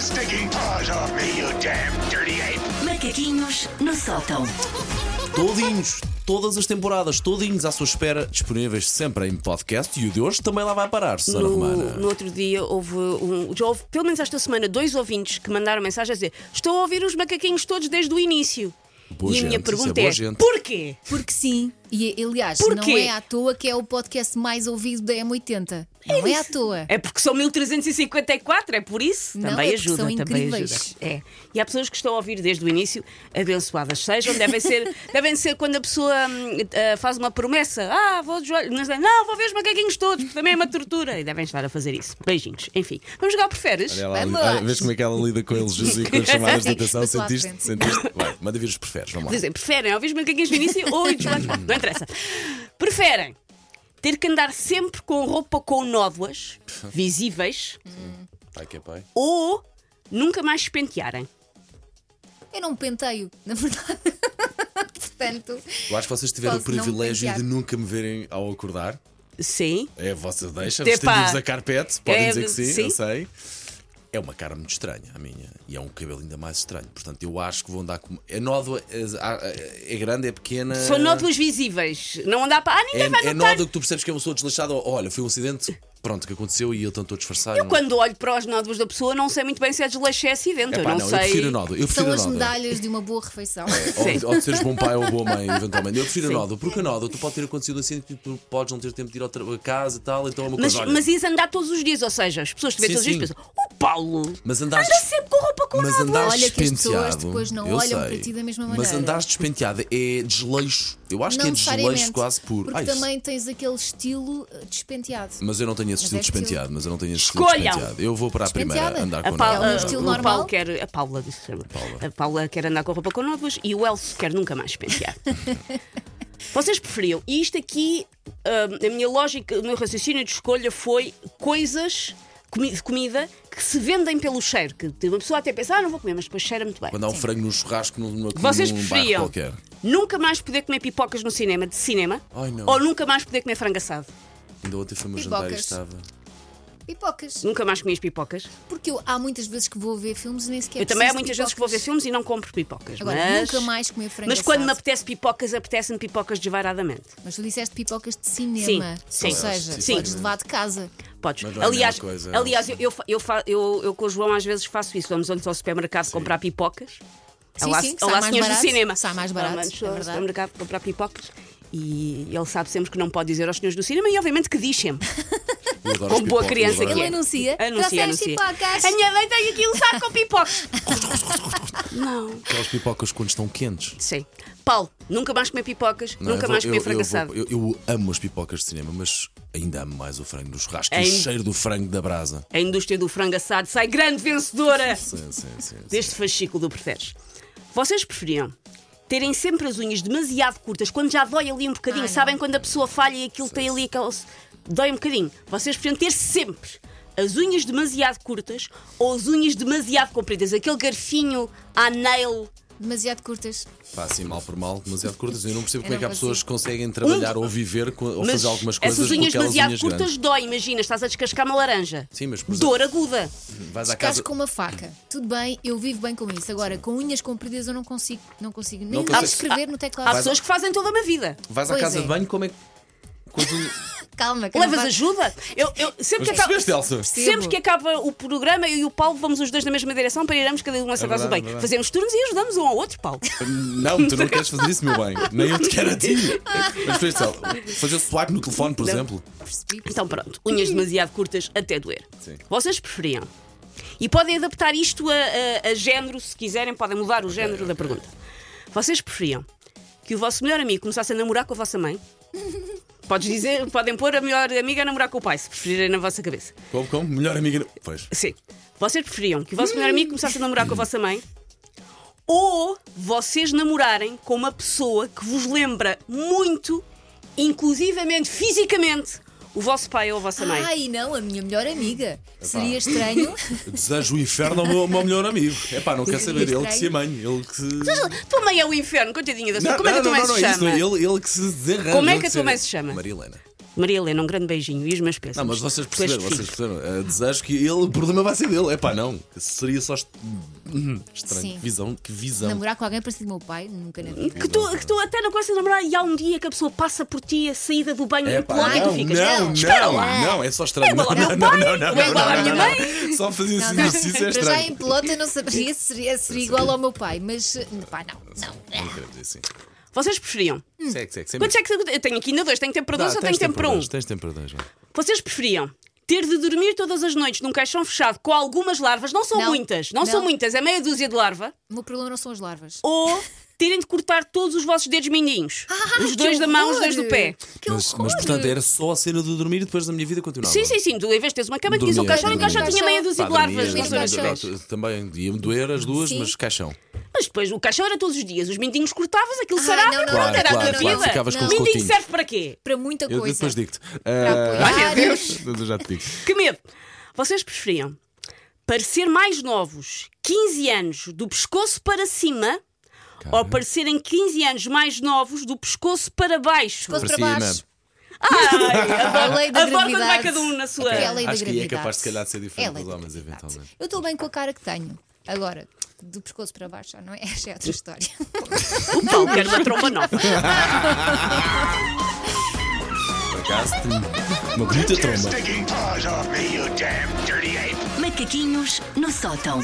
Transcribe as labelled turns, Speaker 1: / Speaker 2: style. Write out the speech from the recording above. Speaker 1: sticking paws off me, you damn dirty ape!
Speaker 2: Macaquinhos no sótão.
Speaker 3: Todinhos, todas as temporadas, todinhos à sua espera, disponíveis sempre em podcast e o de hoje também lá vai parar, Susana
Speaker 4: No,
Speaker 3: Romana.
Speaker 4: no outro dia houve um. Já houve, pelo menos esta semana, dois ouvintes que mandaram mensagem a dizer: Estou a ouvir os macaquinhos todos desde o início.
Speaker 3: Boa
Speaker 4: e a minha
Speaker 3: gente, isso é
Speaker 4: pergunta
Speaker 3: boa
Speaker 4: é:
Speaker 3: gente.
Speaker 4: porquê?
Speaker 5: Porque sim, e aliás, não
Speaker 4: Porquê?
Speaker 5: é à toa que é o podcast mais ouvido da M80. Não é à toa.
Speaker 4: É porque são 1354, é por isso?
Speaker 5: Não,
Speaker 4: também
Speaker 5: é porque
Speaker 4: ajuda,
Speaker 5: são
Speaker 4: também
Speaker 5: incríveis.
Speaker 4: ajuda. É. E há pessoas que estão a ouvir desde o início, abençoadas sejam, devem ser, devem ser quando a pessoa hum, ah, faz uma promessa: Ah, vou de joelho. Não, sei, "Não, vou ver os macaquinhos todos, porque também é uma tortura. E devem estar a fazer isso. Beijinhos. Enfim, vamos jogar o preferes?
Speaker 3: Olha lá,
Speaker 5: Vamos.
Speaker 3: olha, vês como é que ela lida com elogios e com as chamadas de atenção?
Speaker 5: Passou à
Speaker 3: Sentiste?
Speaker 5: frente.
Speaker 3: Sentiste? Vai, manda vir os preferes, vamos lá.
Speaker 4: Dizem, preferem ouvir os macaquinhos no início ou ir desmanchar? Não interessa. Preferem ter que andar sempre com roupa com nódoas
Speaker 3: Uhum.
Speaker 4: visíveis
Speaker 3: Pai que é pai.
Speaker 4: ou nunca mais se pentearem.
Speaker 5: Eu não me penteio, na verdade. Portanto,
Speaker 3: Eu acho que vocês tiveram
Speaker 5: Posso
Speaker 3: o
Speaker 5: não
Speaker 3: privilégio de
Speaker 5: pentear.
Speaker 3: nunca me verem ao acordar.
Speaker 4: Sim.
Speaker 3: É a vossa deixa.
Speaker 4: Epá.
Speaker 3: Vestimos a carpete, podem
Speaker 4: É,
Speaker 3: dizer que sim,
Speaker 4: sim.
Speaker 3: eu sei. É uma cara muito estranha, a minha. E é um cabelo ainda mais estranho. Portanto, eu acho que vou andar com. A nódoa é, é grande, é pequena.
Speaker 4: São nódoas visíveis. Não andar para. Ah, ninguém vai
Speaker 3: É, é
Speaker 4: notar.
Speaker 3: nódoa que tu percebes que é uma pessoa desleixada. Olha, foi um acidente, pronto, que aconteceu e ele tentou disfarçar. não-
Speaker 4: Quando olho para os nódoas da pessoa, não sei muito bem se é desleixo ou é acidente.
Speaker 3: Epá,
Speaker 4: eu não,
Speaker 3: não, eu
Speaker 4: sei.
Speaker 3: prefiro a nódoa. Eu prefiro
Speaker 5: são
Speaker 3: a
Speaker 5: as
Speaker 3: nódoa.
Speaker 5: medalhas de uma boa
Speaker 4: É,
Speaker 5: refeição.
Speaker 3: Ou,
Speaker 4: Sim.
Speaker 3: ou de seres bom pai ou boa mãe, eventualmente. Eu prefiro
Speaker 4: Sim.
Speaker 3: a nódoa, porque a nódoa, tu pode ter acontecido assim, que tu podes não ter tempo de ir ao tra- a casa e tal, então é uma
Speaker 4: mas,
Speaker 3: coisa. olha,
Speaker 4: mas ias andar todos os dias, ou seja, as pessoas te veem
Speaker 3: Sim,
Speaker 4: todos os dias
Speaker 3: sim.
Speaker 4: e pensam: o Paulo
Speaker 3: Mas andaste.
Speaker 4: anda sempre com roupa com
Speaker 3: Mas
Speaker 4: nódoas.
Speaker 3: andares
Speaker 5: Olha que as
Speaker 3: despenteado.
Speaker 5: pessoas depois não
Speaker 3: eu
Speaker 5: olham
Speaker 3: sei,
Speaker 5: para ti da mesma
Speaker 3: Mas
Speaker 5: maneira.
Speaker 3: andares despenteado é desleixo. Eu acho que
Speaker 5: não
Speaker 3: é desleixo
Speaker 5: necessariamente.
Speaker 3: quase puro.
Speaker 4: Ah,
Speaker 5: Porque
Speaker 3: Ai,
Speaker 5: também tens aquele estilo eh, despenteado.
Speaker 3: Mas eu não tenho esse
Speaker 5: Mas
Speaker 3: estilo
Speaker 5: é
Speaker 3: despenteado, mas eu não tenho esse estilo
Speaker 4: Escolham!
Speaker 3: despenteado. Eu vou para a primeira
Speaker 5: Despenteada.
Speaker 3: andar
Speaker 4: A
Speaker 3: com
Speaker 4: Paula,
Speaker 5: É um
Speaker 3: nódoa.
Speaker 5: estilo
Speaker 4: o
Speaker 5: normal.
Speaker 4: Paulo quer. A Paula, disse que se chama. A Paula quer andar com a roupa com novas e o Elcio quer nunca mais pentear. Vocês preferiam? E isto aqui, hum, a minha lógica, o meu raciocínio de escolha foi coisas. comi- De comida que se vendem pelo cheiro, que uma pessoa até pensa, ah, não vou comer, mas depois cheira muito bem.
Speaker 3: Quando há um frango no churrasco numa,
Speaker 4: Vocês
Speaker 3: num bairro
Speaker 4: preferiam
Speaker 3: qualquer.
Speaker 4: nunca mais poder comer pipocas no cinema, de cinema,
Speaker 3: Ai, não.
Speaker 4: ou nunca mais poder comer frango assado?
Speaker 3: Ainda ontem foi uma jantar e
Speaker 5: Pipocas.
Speaker 3: estava.
Speaker 5: Pipocas.
Speaker 4: Nunca mais comias pipocas?
Speaker 5: Porque eu, há muitas vezes que vou ver filmes e nem sequer
Speaker 4: Eu também há
Speaker 5: preciso de
Speaker 4: muitas vezes que vou ver
Speaker 5: pipocas.
Speaker 4: filmes e não compro pipocas.
Speaker 5: Agora,
Speaker 4: mas...
Speaker 5: nunca mais comer frango
Speaker 4: Mas quando me
Speaker 5: assado.
Speaker 4: apetece pipocas, apetece-me pipocas desvairadamente.
Speaker 5: Mas tu disseste pipocas de cinema.
Speaker 4: Sim, sim.
Speaker 5: Ou seja,
Speaker 3: Sim.
Speaker 5: podes levar de casa.
Speaker 4: Podes.
Speaker 3: Mas não é a
Speaker 4: aliás,
Speaker 3: mesma coisa,
Speaker 4: aliás eu, eu, fa- eu, fa- eu, eu com o João às vezes faço isso. Vamos antes ao supermercado comprar pipocas.
Speaker 5: Sim,
Speaker 4: Olá,
Speaker 5: sim, que
Speaker 4: olá,
Speaker 5: sai mais
Speaker 4: senhores
Speaker 5: barato,
Speaker 4: do cinema.
Speaker 5: sai mais barato,
Speaker 4: Vamos
Speaker 5: é
Speaker 4: ao
Speaker 5: verdade.
Speaker 4: supermercado comprar pipocas. E ele sabe sempre que não pode dizer aos senhores do cinema e obviamente que diz sempre.
Speaker 3: Eu adoro
Speaker 4: Como
Speaker 3: as
Speaker 4: boa
Speaker 3: pipocas,
Speaker 4: criança
Speaker 3: eu
Speaker 4: que
Speaker 3: adoro.
Speaker 5: Ele
Speaker 4: é.
Speaker 5: anuncia.
Speaker 4: Anuncia, anuncia.
Speaker 5: Trouxeste pipocas.
Speaker 4: A minha mãe tem aqui um saco com pipocas. não.
Speaker 3: Aquelas pipocas quando estão quentes.
Speaker 4: Sim. Paulo, nunca mais comer pipocas,
Speaker 3: Não, é?
Speaker 4: nunca
Speaker 3: eu vou-
Speaker 4: mais
Speaker 3: eu-
Speaker 4: comer
Speaker 3: eu vou-
Speaker 4: fracassado.
Speaker 3: Eu, eu amo as pipocas de cinema, mas ainda amo mais o frango no churrasco. E
Speaker 4: Em-
Speaker 3: o cheiro do frango da brasa.
Speaker 4: A indústria do frango assado sai grande vencedora.
Speaker 3: Sim, sim, sim. sim.
Speaker 4: deste fascículo do preferes. Vocês preferiam terem sempre as unhas demasiado curtas, quando já dói ali um bocadinho,
Speaker 5: Ah,
Speaker 4: sabem quando a pessoa falha e aquilo tem ali aquele. dói um bocadinho. Vocês preferiam ter sempre as unhas demasiado curtas ou as unhas demasiado compridas, aquele garfinho à nail.
Speaker 5: Demasiado curtas.
Speaker 3: Pá, assim, mal por mal, demasiado curtas. Eu não percebo como
Speaker 5: Eu
Speaker 3: é que há
Speaker 5: não
Speaker 3: pessoas que conseguem trabalhar ou viver com- ou fazer algumas coisas
Speaker 4: essas
Speaker 3: com
Speaker 4: unhas
Speaker 3: aquelas
Speaker 4: demasiado
Speaker 3: unhas
Speaker 4: curtas
Speaker 3: grandes.
Speaker 4: dói, imagina, estás a descascar uma laranja.
Speaker 3: Sim, mas, por exemplo-
Speaker 4: Dor aguda.
Speaker 3: Vais à
Speaker 5: Se caso
Speaker 3: casa.
Speaker 5: com uma faca, tudo bem, eu vivo bem com isso. Agora, com unhas compridas eu não consigo, não consigo nem
Speaker 3: Não consegues.
Speaker 5: escrever no
Speaker 4: Há
Speaker 5: teclado.
Speaker 4: pessoas que fazem toda uma vida.
Speaker 3: Vais à
Speaker 5: Pois
Speaker 3: casa
Speaker 5: é.
Speaker 3: de banho, como é que. com as unhas-
Speaker 5: Calma, que eu não
Speaker 4: Levas
Speaker 5: faço-
Speaker 4: ajuda? Eu, eu- sempre
Speaker 3: Mas
Speaker 4: que acaba-
Speaker 3: percebeste, Elsa?
Speaker 4: Sempre
Speaker 5: Percebo.
Speaker 4: que acaba o programa, eu e o Paulo vamos os dois na mesma direção para irmos cada um a sua casa
Speaker 3: verdade,
Speaker 4: do bem.
Speaker 3: é verdade.
Speaker 4: Fazemos turnos e ajudamos um ao outro, Paulo.
Speaker 3: Não, tu não queres fazer isso, meu bem. Nem eu te quero a ti. Mas por isso, fazer swipe no telefone, por exemplo.
Speaker 5: Percebi.
Speaker 4: Então pronto, unhas demasiado curtas até doer.
Speaker 3: Sim.
Speaker 4: Vocês preferiam? E podem adaptar isto a, a- a género, se quiserem, podem mudar o género da pergunta. Vocês preferiam que o vosso melhor amigo começasse a namorar com a vossa mãe? Podes dizer, podem pôr a melhor amiga a namorar com o pai, se preferirem na vossa cabeça.
Speaker 3: Como, como? Melhor amiga. Pois.
Speaker 4: Sim. Vocês preferiam que o vosso melhor amigo começasse a namorar com a vossa mãe? Ou vocês namorarem com uma pessoa que vos lembra muito, inclusivamente fisicamente, o vosso pai ou a vossa mãe?
Speaker 5: Ai, não, a minha melhor amiga. Seria estranho.
Speaker 3: Então. Desejo o inferno ao meu, ao meu melhor amigo. É pá, não quero saber. Ele que se amanhe. Ele que se.
Speaker 4: Tua mãe é o inferno, coitadinha da sua. Como é que a tua mãe se
Speaker 3: é
Speaker 4: chama?
Speaker 3: Ele, ele que se desenranja.
Speaker 4: Como é que
Speaker 3: Ele
Speaker 4: a tua mãe
Speaker 3: se
Speaker 4: se chama?
Speaker 3: Marilena.
Speaker 4: Maria Helena, um grande beijinho e os meus péssimos.
Speaker 3: Não, mas vocês
Speaker 4: Com este
Speaker 3: perceberam, vocês
Speaker 4: filho.
Speaker 3: perceberam. Eh, desejo que ele, o problema vai ser dele. É pá, não. Seria só est- Hum, estranho.
Speaker 5: Sim.
Speaker 3: Que visão, que visão.
Speaker 5: Namorar com alguém parecido com o meu pai, nunca na vida.
Speaker 4: Que tu, que tu até não gostas de namorar e há um dia que a pessoa passa por ti a saída do banho
Speaker 3: É
Speaker 4: e
Speaker 3: pá,
Speaker 4: coloca e tu
Speaker 3: não,
Speaker 4: ficas.
Speaker 3: não,
Speaker 4: Espera lá.
Speaker 3: não, não, é só estranho.
Speaker 4: igual ao
Speaker 3: não,
Speaker 4: meu
Speaker 3: não,
Speaker 4: pai,
Speaker 3: não, não,
Speaker 4: é igual
Speaker 3: não,
Speaker 4: à
Speaker 3: não,
Speaker 4: minha
Speaker 3: não,
Speaker 4: mãe.
Speaker 3: não. Só fazer
Speaker 5: Não,
Speaker 3: esse
Speaker 5: não.
Speaker 3: exercício é
Speaker 5: Para já em
Speaker 3: estranho.
Speaker 5: pelota eu não sabia se seria, seria igual ao meu pai, mas eh, pá, não,
Speaker 4: é
Speaker 5: não.
Speaker 3: Sim.
Speaker 4: Vocês preferiam?
Speaker 3: assim. Segue, segue, segue.
Speaker 4: Quantos é que eu tenho aqui ainda dois? Tenho tempo para
Speaker 3: Dá,
Speaker 4: dois ou
Speaker 3: tens
Speaker 4: tenho tempo para um?
Speaker 3: dois, Tens tempo para dois. vai.
Speaker 4: Vocês preferiam ter de dormir todas as noites num caixão fechado com algumas larvas? Não são
Speaker 5: Não.
Speaker 4: muitas, não,
Speaker 5: Não.
Speaker 4: são muitas, é meia dúzia de larva.
Speaker 5: O meu problema não são as larvas.
Speaker 4: Ou terem de cortar todos os vossos dedos mindinhos. os
Speaker 5: Ah, que
Speaker 4: dois da mão, os
Speaker 5: horror!
Speaker 4: dois do pé.
Speaker 5: Que
Speaker 3: Mas,
Speaker 5: horror!
Speaker 3: mas portanto era só a cena do dormir e depois da minha vida continuava.
Speaker 4: Sim, sim, sim. Tu, em vez de teres uma cama, tinhas um
Speaker 3: Dormia,
Speaker 4: caixão e o caixão
Speaker 5: dormia.
Speaker 4: tinha meia dúzia
Speaker 3: Pá,
Speaker 4: de
Speaker 3: dormia,
Speaker 4: larvas nos
Speaker 5: dormia,
Speaker 4: dois
Speaker 5: dormia.
Speaker 4: pés.
Speaker 5: dois.
Speaker 3: Também ia-me doer as duas,
Speaker 5: Sim.
Speaker 3: mas caixão.
Speaker 4: Mas depois o caixão era todos os dias. Os mindinhos cortavas, aquilo
Speaker 5: Ah,
Speaker 4: sarava
Speaker 5: não,
Speaker 4: e
Speaker 5: não,
Speaker 4: pronto,
Speaker 5: não,
Speaker 4: era a
Speaker 5: não, não,
Speaker 4: tua
Speaker 5: não.
Speaker 4: vida.
Speaker 3: claro, ficavas com os
Speaker 4: Mindinho
Speaker 3: coutinhos.
Speaker 4: serve para quê?
Speaker 5: Para muita
Speaker 3: Eu
Speaker 5: coisa.
Speaker 3: depois digo-te.
Speaker 5: Para apoiar.
Speaker 4: Olha, Deus.
Speaker 3: Eu já te digo.
Speaker 4: Que medo! Vocês preferiam parecer mais novos 15 anos do pescoço para cima ou parecerem 15 anos mais novos do pescoço para baixo?
Speaker 5: Pescoço- Para
Speaker 3: Parecia,
Speaker 5: baixo.
Speaker 3: né?
Speaker 5: A lei da
Speaker 4: A forma onde
Speaker 5: gravidade.
Speaker 4: vai cada um na sua.
Speaker 5: É a lei da
Speaker 3: Acho que é
Speaker 5: gravidade.
Speaker 3: capaz, se calhar, de ser diferente
Speaker 5: É a lei
Speaker 3: dos
Speaker 5: da
Speaker 3: homens,
Speaker 5: gravidade.
Speaker 3: eventualmente.
Speaker 5: Eu estou bem com a cara que tenho. Agora, do pescoço para baixo, já não é? Esta é outra história.
Speaker 4: O Paulo quer uma tromba nova.
Speaker 3: Por acaso, tenho uma bonita
Speaker 1: Get your
Speaker 3: tromba.
Speaker 1: stinking paws off me, you damn dirty ape!
Speaker 2: Macaquinhos no sótão.